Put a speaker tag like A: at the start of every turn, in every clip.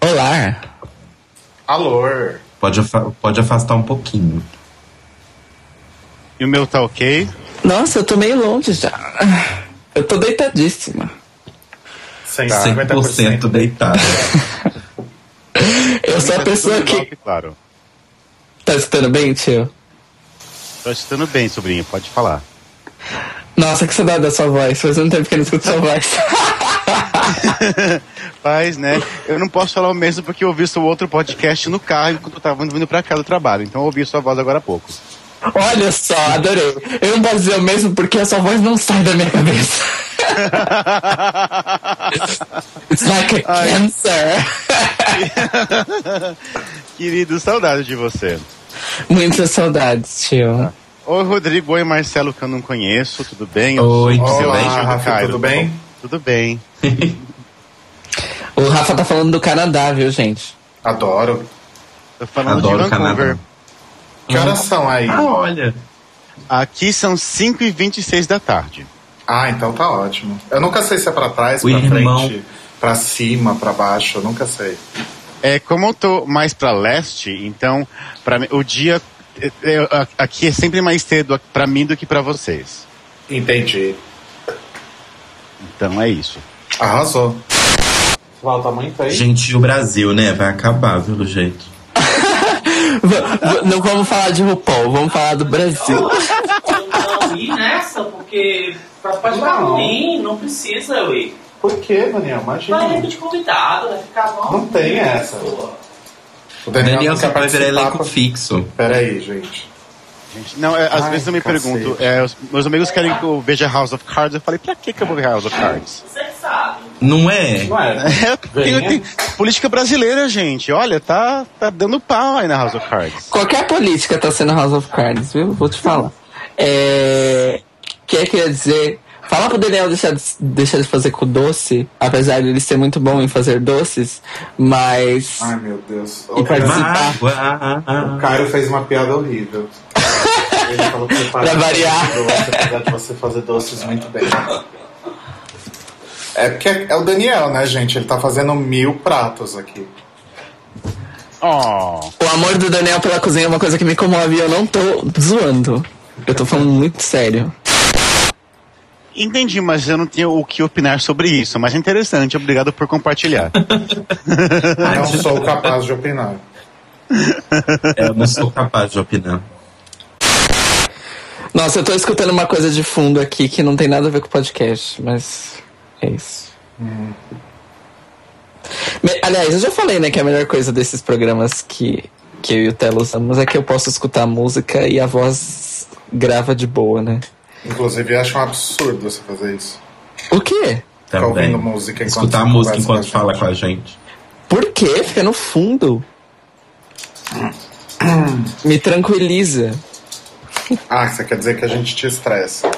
A: Alar.
B: Alor.
C: Pode, afa- pode afastar um pouquinho.
D: E o meu tá ok?
A: Nossa, eu tô meio longe já. Eu tô deitadíssima.
C: 100%
B: Tá, 150%.
C: deitado.
A: Eu sou a
D: Tá
A: pessoa
D: tudo
A: que.
D: novo, Claro.
A: Tá escutando bem, tio?
D: Tô escutando bem, sobrinho, pode falar.
A: Nossa, que saudade da sua voz. Faz um tempo que eu não escuto sua voz.
D: Mas, né, eu não posso falar o mesmo porque eu ouvi seu outro podcast no carro enquanto eu tava vindo pra cá do trabalho. Então eu ouvi sua voz agora há pouco.
A: Olha só, adorei. Eu não posso dizer o mesmo porque a sua voz não sai da minha cabeça. It's like a
D: Ai.
A: cancer.
D: Querido, saudade de você.
A: Muitas saudades, tio.
D: Oi, Rodrigo. Oi, Marcelo, que eu não conheço. Tudo bem?
C: Oi,
D: Eu sou
C: tudo
D: o
C: bem?
D: Rodrigo
B: Olá, Rafa,
D: Cairo,
B: tudo
D: tá
B: bem?
D: bom? Tudo bem.
A: O Rafa tá falando do Canadá, viu, gente?
B: Adoro.
D: Tô falando
C: Adoro
D: de
C: o Canadá.
D: Vancouver.
B: Que horas são aí?
C: Ah, olha.
D: Aqui são 5h26 da tarde.
B: Ah, então tá ótimo. Eu nunca sei se é pra trás,
C: O
B: pra
C: irmão.
B: frente, pra cima, pra baixo, eu nunca sei.
D: É, como eu tô mais pra leste, então pra mim, o dia é, é, a- aqui é sempre mais cedo pra mim do que pra vocês.
B: Entendi.
D: Então é isso.
B: Arrasou. Falta muito tá aí?
C: Gente, e o Brasil, né? Vai acabar, viu, do jeito.
A: V- v- não vamos falar de RuPaul, vamos falar do Brasil.
E: Não, não Então, ir nessa, porque pode ficar
B: Não.
E: ruim, não precisa, ué.
B: Por que, Daniel?
E: Vai
B: Imagina.
E: repetir convidado, vai ficar bom.
B: Não tem essa.
E: Pô.
B: O
C: Daniel
B: não quer
C: só vai virar
B: participar,
C: elenco
B: pô.
C: fixo.
B: Peraí, gente.
D: Gente, Não, é, às
B: Ai,
D: vezes eu me
B: cacete.
D: pergunto, é, os meus amigos querem que eu veja House of Cards, eu falei, pra que, que eu vou ver House of Cards?
E: Você que sabe.
C: Não é?
B: Não é.
D: É, tem- tem- política brasileira, gente, olha, tá, tá dando pau aí na House of Cards.
A: Qualquer política tá sendo House of Cards, viu? Vou te falar. É. O que é que eu ia dizer? Fala pro Daniel deixar de, deixar de fazer com doce, apesar de ele ser muito bom em fazer doces, mas.
B: Ai, meu Deus.
A: E
B: O Caio,
A: participar.
B: o
C: Ah, Mágoa.
B: Caio fez uma piada horrível. Ele falou que você para
A: Pra
B: de fazer
A: variar.
B: doce, apesar de você fazer doces muito bem. É porque é é o Daniel, né, gente? Ele tá fazendo mil pratos aqui.
D: Ó,
A: O amor do Daniel pela cozinha é uma coisa que me comove e eu não tô zoando. Eu tô falando muito sério.
D: entendi, mas eu não tenho o que opinar sobre isso, mas é interessante, obrigado por compartilhar.
A: Ah,
B: Não sou capaz de opinar.
C: É, Eu não sou capaz de opinar.
A: Nossa, eu tô escutando uma coisa de fundo aqui que não tem nada a ver com o podcast, mas é isso. Me- Aliás, eu já falei, né, que a melhor coisa desses programas que, que eu e o Telo usamos é que eu posso escutar a música e a voz grava de boa, né?
B: Inclusive, eu acho um absurdo você fazer isso.
A: O quê?
B: Ficar
C: Também.
B: ouvindo música enquanto
C: Escutar a
B: você
C: música
B: conversa
C: enquanto
B: com
C: fala
B: a gente.
C: com a gente.
A: Por quê? Fica no fundo. Me tranquiliza
B: Ah, você quer dizer que a gente te estressa.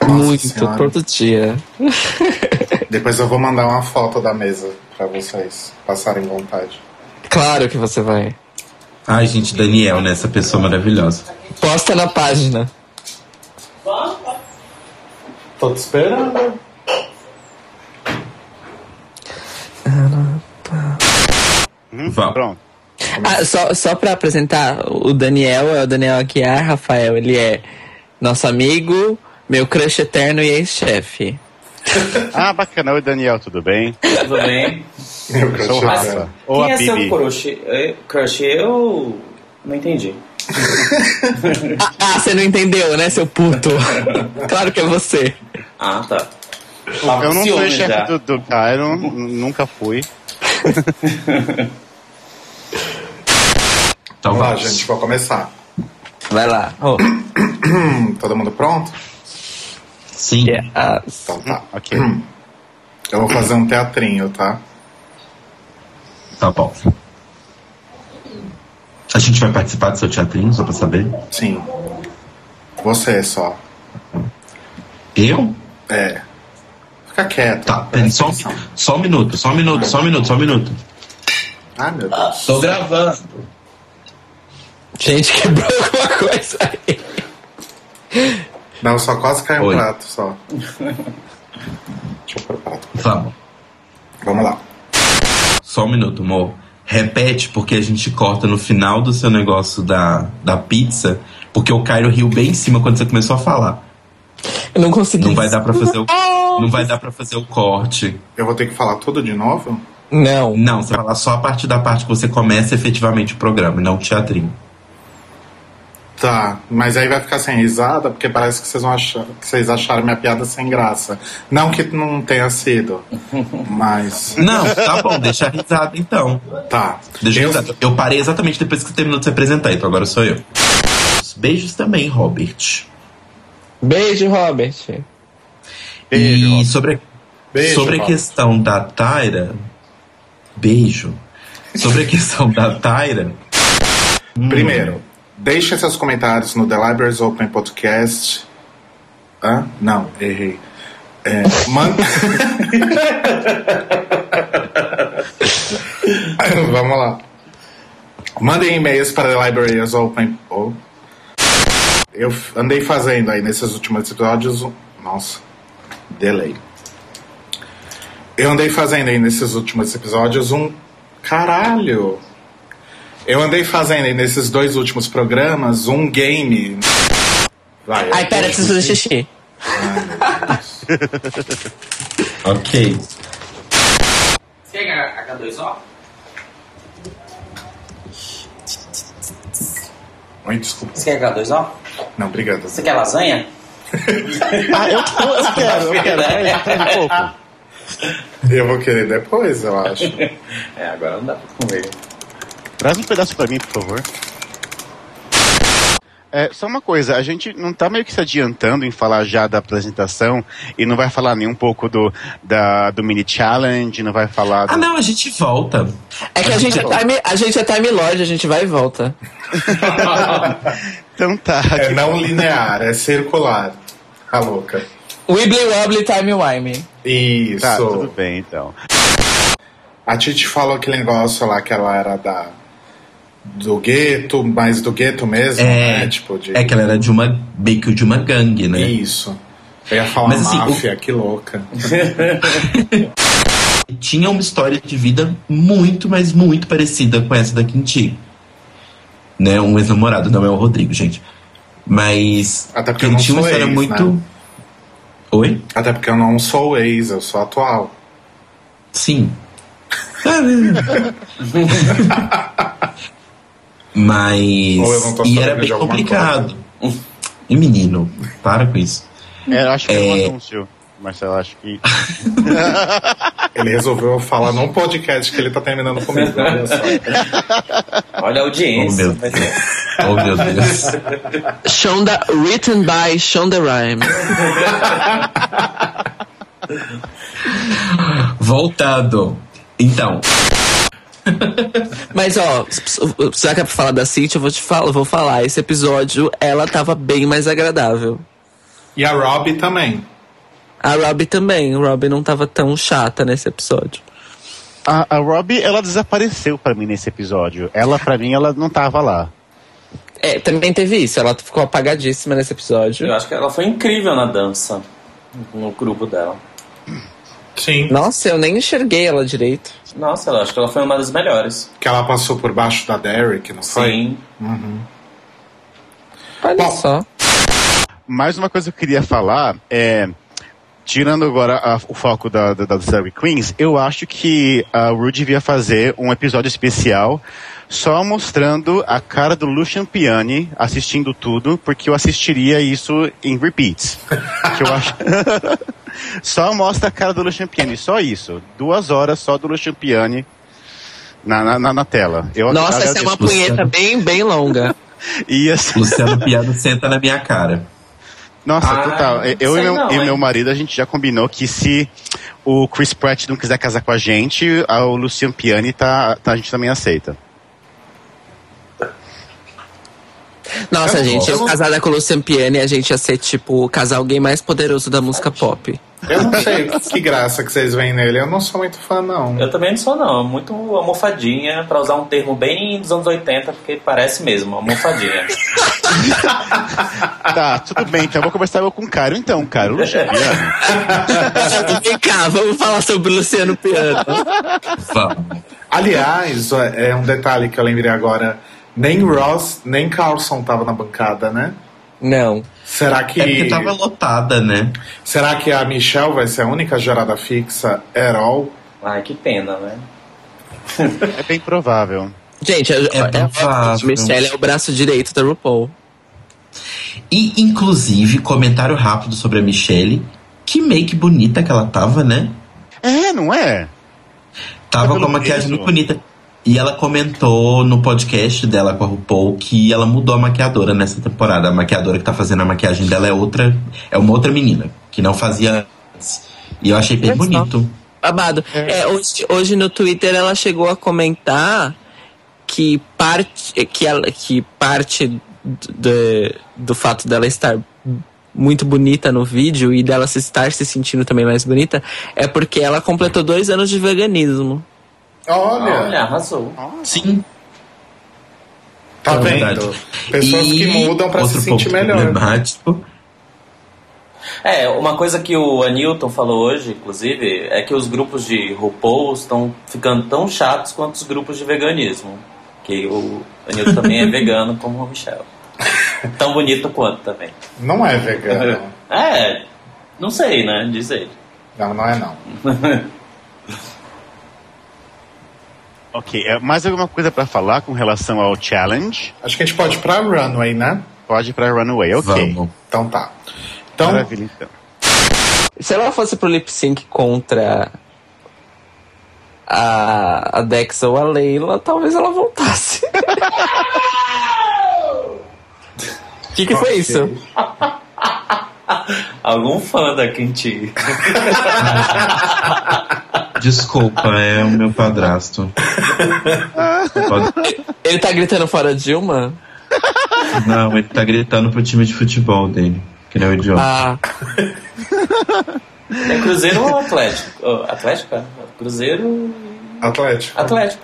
B: Nossa
A: muito
B: Senhora.
A: todo dia.
B: Depois eu vou mandar uma foto da mesa pra vocês passarem vontade.
A: Claro que você vai.
C: Ai, gente, Daniel, né? Essa pessoa maravilhosa.
A: Posta na página.
B: Tô te esperando.
D: Hum,
C: Vamos.
D: Pronto.
A: Ah, só, só pra apresentar, o Daniel é o Daniel Aguiar, Rafael, ele é nosso amigo, meu crush eterno e ex-chefe.
D: Ah, bacana, oi Daniel, tudo bem?
E: Tudo bem?
B: Meu
D: Eu sou o
B: crush,
D: Rafa.
B: cara.
D: Ou
E: Quem
D: a
E: é seu
D: Bibi.
E: crush? Eh, Crush, eu não entendi.
A: Ah, ah, você não entendeu, né, seu puto? claro que é você.
E: Ah, tá.
D: Eu não sou
E: Ciúme já.
D: chefe do, do Cairo, n- nunca fui.
C: Então
B: Vamos lá,
C: vai.
B: gente, vou começar.
A: Vai lá. Oh,
B: Hum, todo mundo pronto?
C: Sim.
A: ah,
B: Então tá.
D: Ok.
B: Eu vou fazer um teatrinho, tá?
C: Tá bom. A gente vai participar do seu teatrinho, só pra saber?
B: Sim. Você só.
C: Eu?
B: É. Fica quieto.
C: Tá, pera, só, um- só um minuto, só um minuto, só um minuto, só um minuto.
B: Ah, meu Deus.
C: Tô gravando.
A: gente, quebrou alguma coisa aí.
B: Não, só quase caiu
C: Oi.
B: um prato, só. Deixa eu pôr o prato.
C: Vamos.
B: Vamos lá.
C: Só um minuto, amor. Repete, porque a gente corta no final do seu negócio da, da pizza, porque o Cairo riu bem em cima quando você começou a falar.
A: Eu não consegui.
C: Não vai dar pra fazer o, não vai dar pra fazer o corte.
B: Eu vou ter que falar tudo de novo?
A: Não.
C: Não, você vai falar só a partir da parte que você começa efetivamente o programa, e não o teatrinho.
B: Tá, mas aí vai ficar sem risada, porque parece que vocês, vão achar, que vocês acharam minha piada sem graça. Não que não tenha sido, mas.
C: Não, tá bom, deixa a risada então.
B: Tá.
C: Deixa a
B: Eu-
C: risada. Eu parei exatamente depois que você terminou de se apresentar, então agora sou eu. Beijos também, Robert.
A: Beijo, Robert.
D: Beijo,
C: e sobre,
B: Beijo,
C: sobre a
B: Paulo.
C: questão da Tyra. Beijo. Sobre a questão da Tyra.
B: Primeiro, deixem seus comentários no The Libraries Open Podcast. Hã? Não, errei. É, man- Vamos lá. Mandem e-mails para The Libraries Open. Oh. Eu f- andei fazendo aí nesses últimos episódios. um- Nossa, delay. Eu andei fazendo aí nesses últimos episódios um. Caralho! Eu andei fazendo aí nesses dois últimos programas um game. Vai,
A: Ai, pera, preciso fazer xixi.
C: Ok.
E: Você quer H2O?
B: Oi, desculpa.
E: Você quer H2O?
B: Não, obrigado.
E: Você quer lasanha?
D: Ah, eu, eu, eu quero,
C: É
D: eu quero. Peraí, peraí um pouco.
B: Eu vou querer depois, eu acho.
F: É, agora não dá pra comer.
D: Traz um pedaço pra mim, por favor. É, só uma coisa, a gente não tá meio que se adiantando em falar já da apresentação e não vai falar nem um pouco do, da, do mini challenge, não vai falar do.
C: Ah, não, a gente volta.
A: É que a gente é time, a gente é time lord, a gente vai e volta.
D: Então tá.
B: É não linear, é circular. A louca.
A: Wibbly wobbly time wime.
B: Isso.
D: Tá, tudo bem então.
B: A Titi falou aquele negócio lá que ela era da. Do gueto, mas do gueto mesmo,
C: É,
B: né? Tipo, de.
C: É que ela era de uma, meio que de uma gangue, né?
B: Isso. Eu ia falar
C: Mas, assim,
B: máfia, que louca.
C: tinha uma história de vida muito, mas muito parecida com essa da Quinti. Né? Um ex-namorado, não é o Rodrigo, gente. Mas
B: Até Ah, tá, porque
C: ele
B: não
C: tinha uma
B: sou
C: história
B: ex,
C: muito.
B: né?
C: Oi?
B: Até porque eu não sou ex, eu sou atual.
C: Sim. mas.
B: Ou eu não tô
C: E
B: sabendo
C: era
B: de
C: bem
B: alguma
C: complicado. E menino, para com isso.
D: É, eu acho que é um
C: É.
D: anúncio, Marcelo, acho que.
B: Ele resolveu falar num podcast que ele tá terminando comigo. Olha só.
F: Olha a
C: Oh,
F: audiência.
C: meu
F: Mas é.
C: Oh, meu Deus.
A: Shonda, written by Shonda Rhyme.
C: Voltado. Então,
A: Mas ó, s- s- já que é pra falar da City, eu vou te falar, eu vou falar. Esse episódio ela tava bem mais agradável.
B: E a Rob também.
A: A Robbie também, o Robbie não tava tão chata nesse episódio.
D: A, a Robbie, ela desapareceu pra mim nesse episódio. Ela, pra mim, ela não tava lá.
A: É, também teve isso, ela ficou apagadíssima nesse
F: Eu
A: episódio.
F: acho que ela foi incrível na dança. No grupo dela.
B: Sim.
A: Nossa, eu nem enxerguei ela direito.
F: Nossa, eu acho que ela foi uma das melhores.
B: Que ela passou por baixo da Derek, não foi?
F: Sim.
A: Olha
B: Bom.
A: só.
D: Mais uma coisa que eu queria falar é. Tirando agora a- o foco da, da, da série Queens, eu acho que a Rue devia fazer um episódio especial só mostrando a cara do Lucian Piani assistindo tudo, porque eu assistiria isso em repeats. que eu acho. só mostra a cara do Lucian Piani, só isso. Duas horas só do Lucian Piani na, na, na- na tela. Eu
A: Nossa, essa é
D: agradeço.
A: uma punheta bem, bem longa.
D: E assim,
C: Luciano Piano senta na minha cara.
D: Nossa,
F: Ah,
D: total. Eu
F: sei
D: e, meu,
F: não,
D: e
F: hein?
D: meu marido, a gente já combinou que se o Chris Pratt não quiser casar com a gente, a- o Lucian Piani tá, tá- a gente também aceita.
A: Nossa, gente, eu
C: gosto.
A: é casada com o Lucian Piani, a gente ia ser, tipo, o casal gay mais poderoso da música pop.
B: Eu não sei que graça que vocês veem nele. Eu não sou muito fã, não.
F: Eu também não sou, não. Muito almofadinha, pra usar um termo bem dos anos 80, porque parece mesmo, almofadinha.
D: Tá, tudo bem, então eu vou conversar eu com o Caro. Então, Caro, Luiz Xavier.
A: Vem cá, vamos falar sobre o Luciano Piano.
C: Vamos. É
B: Aliás, é um detalhe que eu lembrei agora. Nem Ross, nem Carlson tava na bancada, né?
A: Não.
B: Será que.
C: É porque tava lotada, né?
B: Será que a Michelle vai ser a única gerada fixa at all?
F: Ai, que pena, né?
D: É bem provável.
A: Gente, é, é,
C: provável.
A: Michelle é o braço direito da RuPaul.
C: E, inclusive, comentário rápido sobre a Michelle. Que make bonita que ela tava, né?
D: É, não é?
C: Tava
D: Pelo
C: com uma maquiagem
D: menos.
C: muito bonita. E ela comentou no podcast dela com a RuPaul que ela mudou a maquiadora nessa temporada. A maquiadora que tá fazendo a maquiagem dela é outra, é uma outra menina, que não fazia antes. E eu achei bem
A: Olha só.
C: bonito.
A: Babado. É, hoje, hoje no Twitter ela chegou a comentar que parte, que ela, que parte d- de- do fato dela estar muito bonita no vídeo e dela se estar se sentindo também mais bonita é porque ela completou dois anos de veganismo.
B: Olha,
F: Olha, arrasou.
C: Sim,
B: tá
C: é verdade.
B: vendo? Pessoas
C: E
B: que mudam pra
C: outro
B: se sentir
C: ponto
B: melhor.
C: problemático.
F: É, uma coisa que o Anilton falou hoje, inclusive, é que os grupos de RuPaul estão ficando tão chatos quanto os grupos de veganismo. Que o Anilton também é vegano, como o Michel. Tão bonito quanto também.
B: Não é vegano.
F: É, não sei, né? Diz ele.
B: Não, não é não.
D: Ok, é, mais alguma coisa pra falar com relação ao challenge?
B: Acho que a gente pode ir pra runway, né?
D: Pode ir pra Runaway, ok.
C: Vamos.
B: Então tá. Então,
D: Maravilha, então.
A: Se ela fosse pro lip sync contra a, a Dex ou a Leila, talvez ela voltasse. O que, que foi isso?
F: Algum fã da Quinti.
C: Desculpa, é o meu padrasto. Pode-
A: Ele tá gritando fora Dilma?
C: Não, ele tá gritando pro time de futebol dele, que não é o idiota.
A: Ah,
F: É Cruzeiro ou Atlético? Oh, Atlético? é? Cruzeiro.
B: Atlético. É
F: Atlético.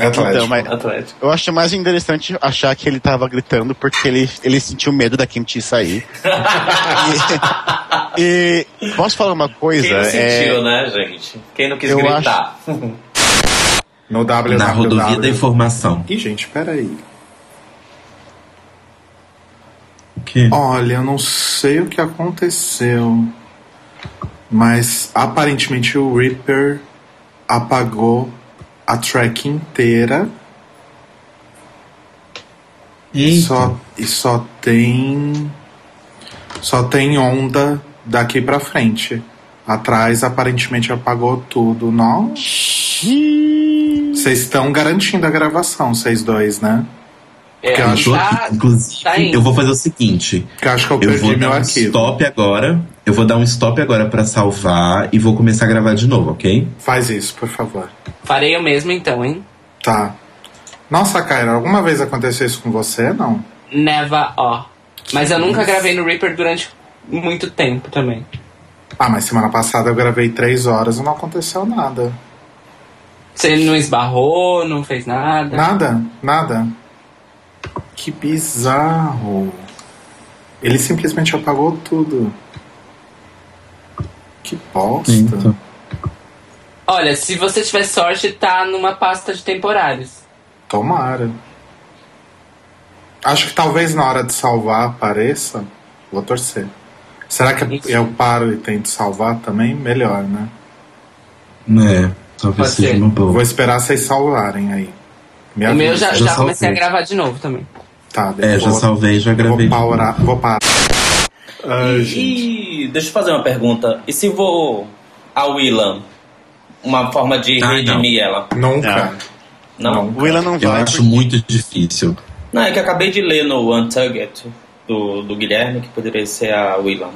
B: Atlético.
D: Então, mas
F: Atlético.
D: eu acho mais interessante achar que ele tava gritando porque ele, ele sentiu medo da Kimchi sair. e, e posso falar uma coisa?
F: Quem não sentiu,
D: É,
F: né, gente? Quem não quis
D: Eu
F: gritar?
B: No WWW.
C: Na rodovia da informação.
B: Ih, gente, peraí.
C: O quê?
B: Olha, eu não sei o que aconteceu, mas aparentemente o Reaper apagou a track inteira e
C: Eita.
B: só, e só tem só tem onda daqui pra frente. Atrás aparentemente apagou tudo, não? Vocês estão garantindo a gravação, vocês dois, né?
F: É,
B: Que eu acho-
C: Tô aqui.
A: Tá-
C: Inclusive,
A: tá indo.
C: eu vou fazer o seguinte:
B: Porque eu acho que eu
C: eu
B: perdi
C: vou dar
B: meu
C: um
B: arquivo.
C: stop agora. Eu vou dar um stop agora pra salvar e vou começar a gravar de novo, ok?
B: Faz isso, por favor.
A: farei eu mesmo então, hein?
B: Tá. Nossa, Kyra, alguma vez aconteceu isso com você? Não.
A: Neva, ó. Mas eu nunca gravei no Reaper durante muito tempo também.
B: Ah, mas semana passada eu gravei três horas e não aconteceu nada.
A: Você não esbarrou, não fez nada.
B: Nada, nada. Que bizarro. Ele simplesmente apagou tudo. Que bosta.
C: Então.
A: Olha, se você tiver sorte, tá numa pasta de temporários.
B: Tomara. Acho que talvez na hora de salvar apareça. Vou torcer. Será que é
A: Isso.
B: eu paro e tento salvar também? Melhor, né?
C: É, talvez
A: Pode
C: seja
A: ser.
C: uma boa.
B: Vou esperar vocês salvarem aí. Me
A: o meu
B: avisa.
A: já,
C: eu
A: já
C: salvei.
A: comecei a gravar de novo também.
B: Tá,
C: É,
B: depois
C: já salvei e já gravei.
B: Vou
C: de novo.
B: parar. Vou parar. Ai, gente.
F: E deixa eu fazer uma pergunta. E se vou a Willan? Uma forma de
C: Ah,
F: redimir ela?
B: Nunca.
F: Não?
B: Não.
F: não?
D: o Willa não
B: um
C: Eu
D: vai.
C: acho muito difícil.
F: é que eu acabei de ler no Untugged do, do Guilherme que poderia ser a Willan.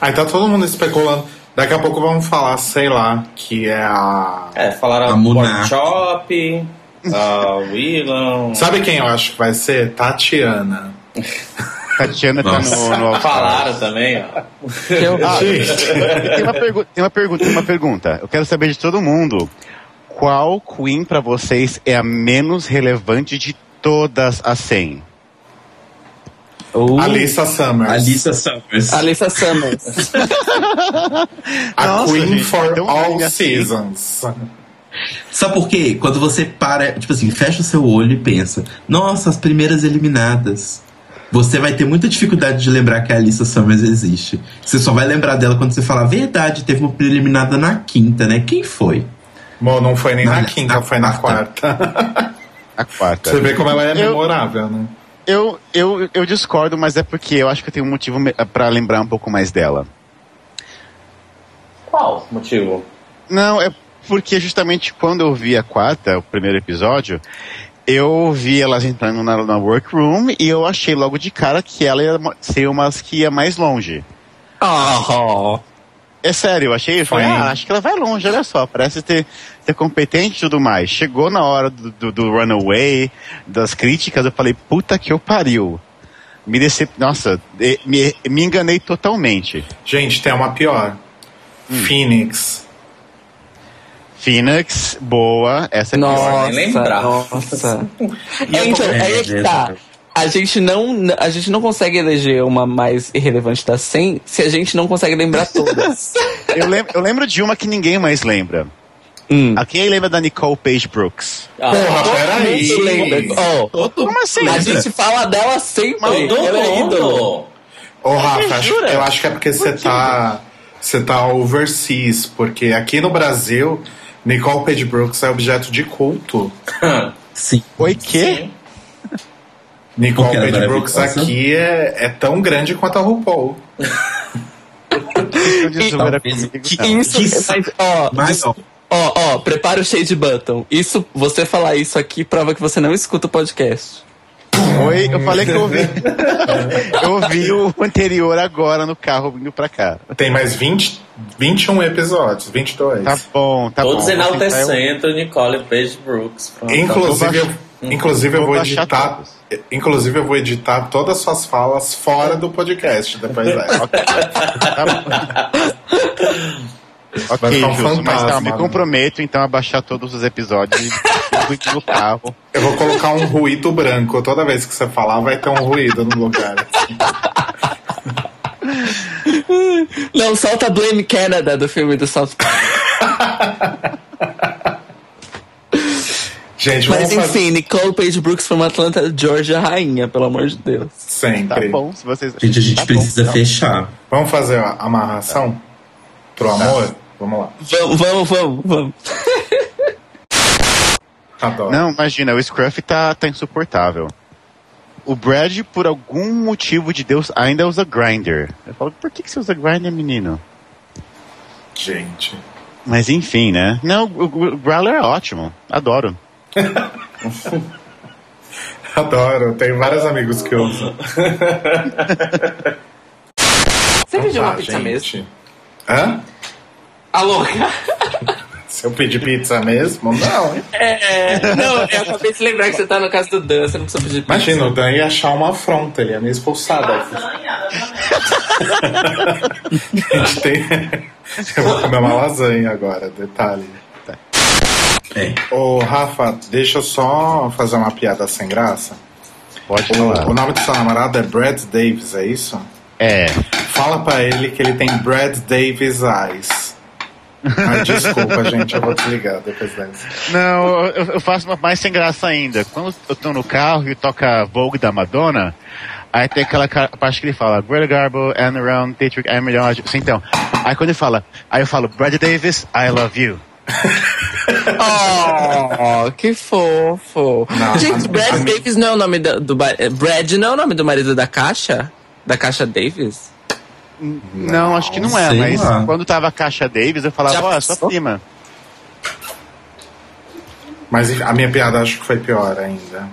B: Aí tá todo mundo especulando. Daqui a pouco vamos falar, sei lá, que é a.
F: É, falaram
C: A
F: a
C: Monarca.
F: Workshop, a Willan.
B: Sabe quem eu acho que vai ser? Tatiana.
D: Tatiana tá no, no All Stars.
F: Falaram também, ó.
D: Ah, tem, uma pergu- tem uma pergunta, tem uma pergunta. Eu quero saber de todo mundo. Qual Queen pra vocês é a menos relevante de todas as 100?
A: Oh.
C: Ou
B: Alissa Summers.
C: Alissa Summers.
A: Alissa Summers.
B: A
D: Nossa,
B: Queen
D: gente,
B: for
D: tão
B: All
D: velha assim.
B: Seasons.
C: Sabe por quê? Quando você para, tipo assim, fecha o seu olho e pensa, nossa, as primeiras eliminadas. Você vai ter muita dificuldade de lembrar que a Alissa Summers existe. Você só vai lembrar dela quando você falar, verdade, teve uma eliminada na quinta, né? Quem foi?
B: Bom, não foi nem
C: Não,
B: na
C: na-
B: quinta,
C: na
B: foi na quarta.
C: quarta.
D: A quarta.
B: Você vê como ela é
D: Eu-
B: memorável, né?
D: Eu, eu, eu discordo, mas é porque eu acho que eu tenho um motivo me- pra lembrar um pouco mais dela.
F: Qual motivo?
D: Não, é porque justamente quando eu vi a quarta, o primeiro episódio, eu vi elas entrando na, na workroom e eu achei logo de cara que ela ia mo- ser uma das que ia mais longe.
A: Oh.
D: É sério, eu achei, eu falei,
B: Foi.
D: ah, acho que ela vai longe, olha só, parece ter, ter competente e tudo mais. Chegou na hora do, do, do runaway, das críticas, eu falei, puta que eu pariu. Me decep... Nossa, eh, me, me enganei totalmente.
B: Gente, tem uma pior. Phoenix.
D: Phoenix, boa, essa é pior.
A: Nossa,
F: nem lembrar.
A: nossa.
B: E eu
A: É, então,
B: tô-
A: aí é que tá. A gente, não, a gente não consegue eleger uma mais irrelevante das 100 se a gente não consegue lembrar todas.
D: Eu, lem- eu lembro de uma que ninguém mais lembra.
A: hum.
D: Ah, Quem lembra da Nicole Page Brooks?
F: Ah,
B: Porra, peraí.
A: mundo lembra. Ó,
C: Todo
D: Como assim?
A: a gente fala dela sempre.
F: todo
A: ela é ídolo.
F: mundo!
B: Ô, Rafa, acho-
A: jura?
B: eu acho que é porque você tá. Você tá overseas, porque aqui no Brasil, Nicole Page Brooks é objeto de culto.
C: Sim.
D: Oi, quê?
B: Nicole
C: Porque ela
B: Page
C: era
B: Brooks
C: maravilhosa.
B: aqui é, é tão grande quanto a RuPaul.
D: Eu disse, não era
C: Talvez-
D: comigo,
C: que-
D: não.
A: Isso,
C: Isso.
A: mas, ó,
C: Mas, ó,
A: ó, ó, prepara o shade button. Isso, você falar isso aqui prova que você não escuta o podcast.
D: Oi, eu falei que eu ouvi. eu ouvi o anterior agora no carro vindo pra cá.
B: Tem mais 20, 21 episódios, 22.
D: Tá bom, tá
F: Todos
D: bom. Vou tentar-
F: enaltecendo Nicole Page Brooks. Pronto.
B: Inclusive, eu, inclusive eu
D: Tá, Vou
B: vou
D: baixar
B: editar.
D: todos.
B: Inclusive, eu vou editar todas as suas falas fora do podcast depois dessa.
D: Tá Ok,
B: ficar um
D: Justo, mas tá,
B: fantasma,
D: me
B: né?
D: comprometo então a baixar todos os episódios e tudo no carro.
B: Eu vou colocar um ruído branco. Toda vez que você falar, vai ter um ruído no lugar. assim.
A: Não, solta Blame Canada do filme do South Park.
B: Gente,
A: Mas
B: vamos fazer
A: enfim, Nicole Page Brooks foi uma Atlanta Georgia rainha, pelo amor de Deus.
D: Tá
B: sempre.
D: bom, se vocês.
C: gente, a gente
D: tá
C: precisa
D: bom, tá.
C: fechar.
B: Vamos fazer a amarração pro amor? Vamos lá.
A: Vamos, vamos, vamos, vamos.
B: Adoro.
D: Não, imagina, o Scruff tá, tá insuportável. O Brad, por algum motivo de Deus, ainda usa Grinder. Eu falo, por que, que você usa Grinder, menino?
B: Gente.
D: Mas enfim, né? Não, o, o Growler é ótimo. Adoro.
B: Adoro. Tem vários amigos que usam.
A: Você pediu
B: Então
A: uma
B: tá,
A: pizza
B: gente.
A: mesmo?
B: Hã?
A: Alô?
B: Se eu pedir pizza mesmo? Não, hein?
A: É, é, não, eu acabei de lembrar que você tá na casa do Dan, você não precisa pedir pizza.
B: Imagina, o Dan ia achar uma afronta, ele ia me expulsar daqui.
E: Lasanha, lasanha.
B: A gente tem. Eu vou comer uma lasanha agora, detalhe.
C: É.
B: Ô, Rafa, deixa eu só fazer uma piada sem graça.
D: Pode
B: O, o
D: falar.
B: nome do seu namorado é Brad Davis, é isso?
D: É.
B: Fala pra ele que ele tem Brad Davis Eyes. Ai, desculpa, gente, eu vou desligar depois dessa.
D: Não, eu, eu faço uma mais sem graça ainda. Quando eu tô no carro e toca Vogue da Madonna, aí tem aquela ca- parte que ele fala, Greta Garbo, and around, Dietrich, I'm melhor. Assim, então. Aí quando ele fala, aí eu falo, Brad Davis, I love you.
A: Oh, que fofo.
B: Não,
A: Gente,
B: a-
A: Brad
B: a mim-
A: Davis não é o nome da- do. ba- eh, Brad não é o nome do marido da Caixa? Da Caixa Davis?
D: Não, acho que não é,
C: sei
D: mas
C: lá.
D: quando tava a Caixa Davis, eu falava,
A: Já
D: ó, é sua
A: pensou?
D: prima.
B: Mas enfim, a minha piada acho que foi pior ainda.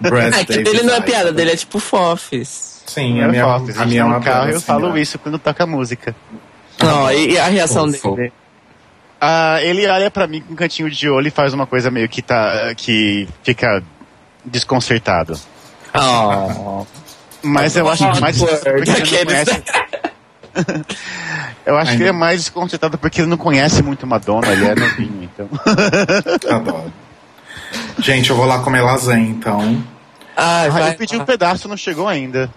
B: Brad
A: Ah, que dele não é
B: Eyes.
D: tá
A: piada, dele é tipo Fofis.
B: Sim, a
D: eu
B: minha,
D: falo,
B: a minha é
D: tá no
B: uma
D: um carro
B: piada
D: eu
B: sem
D: falo
B: graça.
D: isso quando toca música. Tá
A: Não, e, e a
D: Então,
A: reação dele?
D: Ah, ele olha pra mim com um cantinho de olho e faz uma coisa meio que tá. que fica desconcertado.
A: Oh.
D: Mas eu acho que é mais porque ele não
A: Daqueles,
D: conhece. Eu acho que ele é mais desconcertado porque ele não conhece muito Madonna, ele é novinho, então.
B: Adoro. Gente, eu vou lá comer lasanha, então.
A: Ai,
D: Ah,
A: vai.
D: eu pedi um pedaço, não chegou ainda.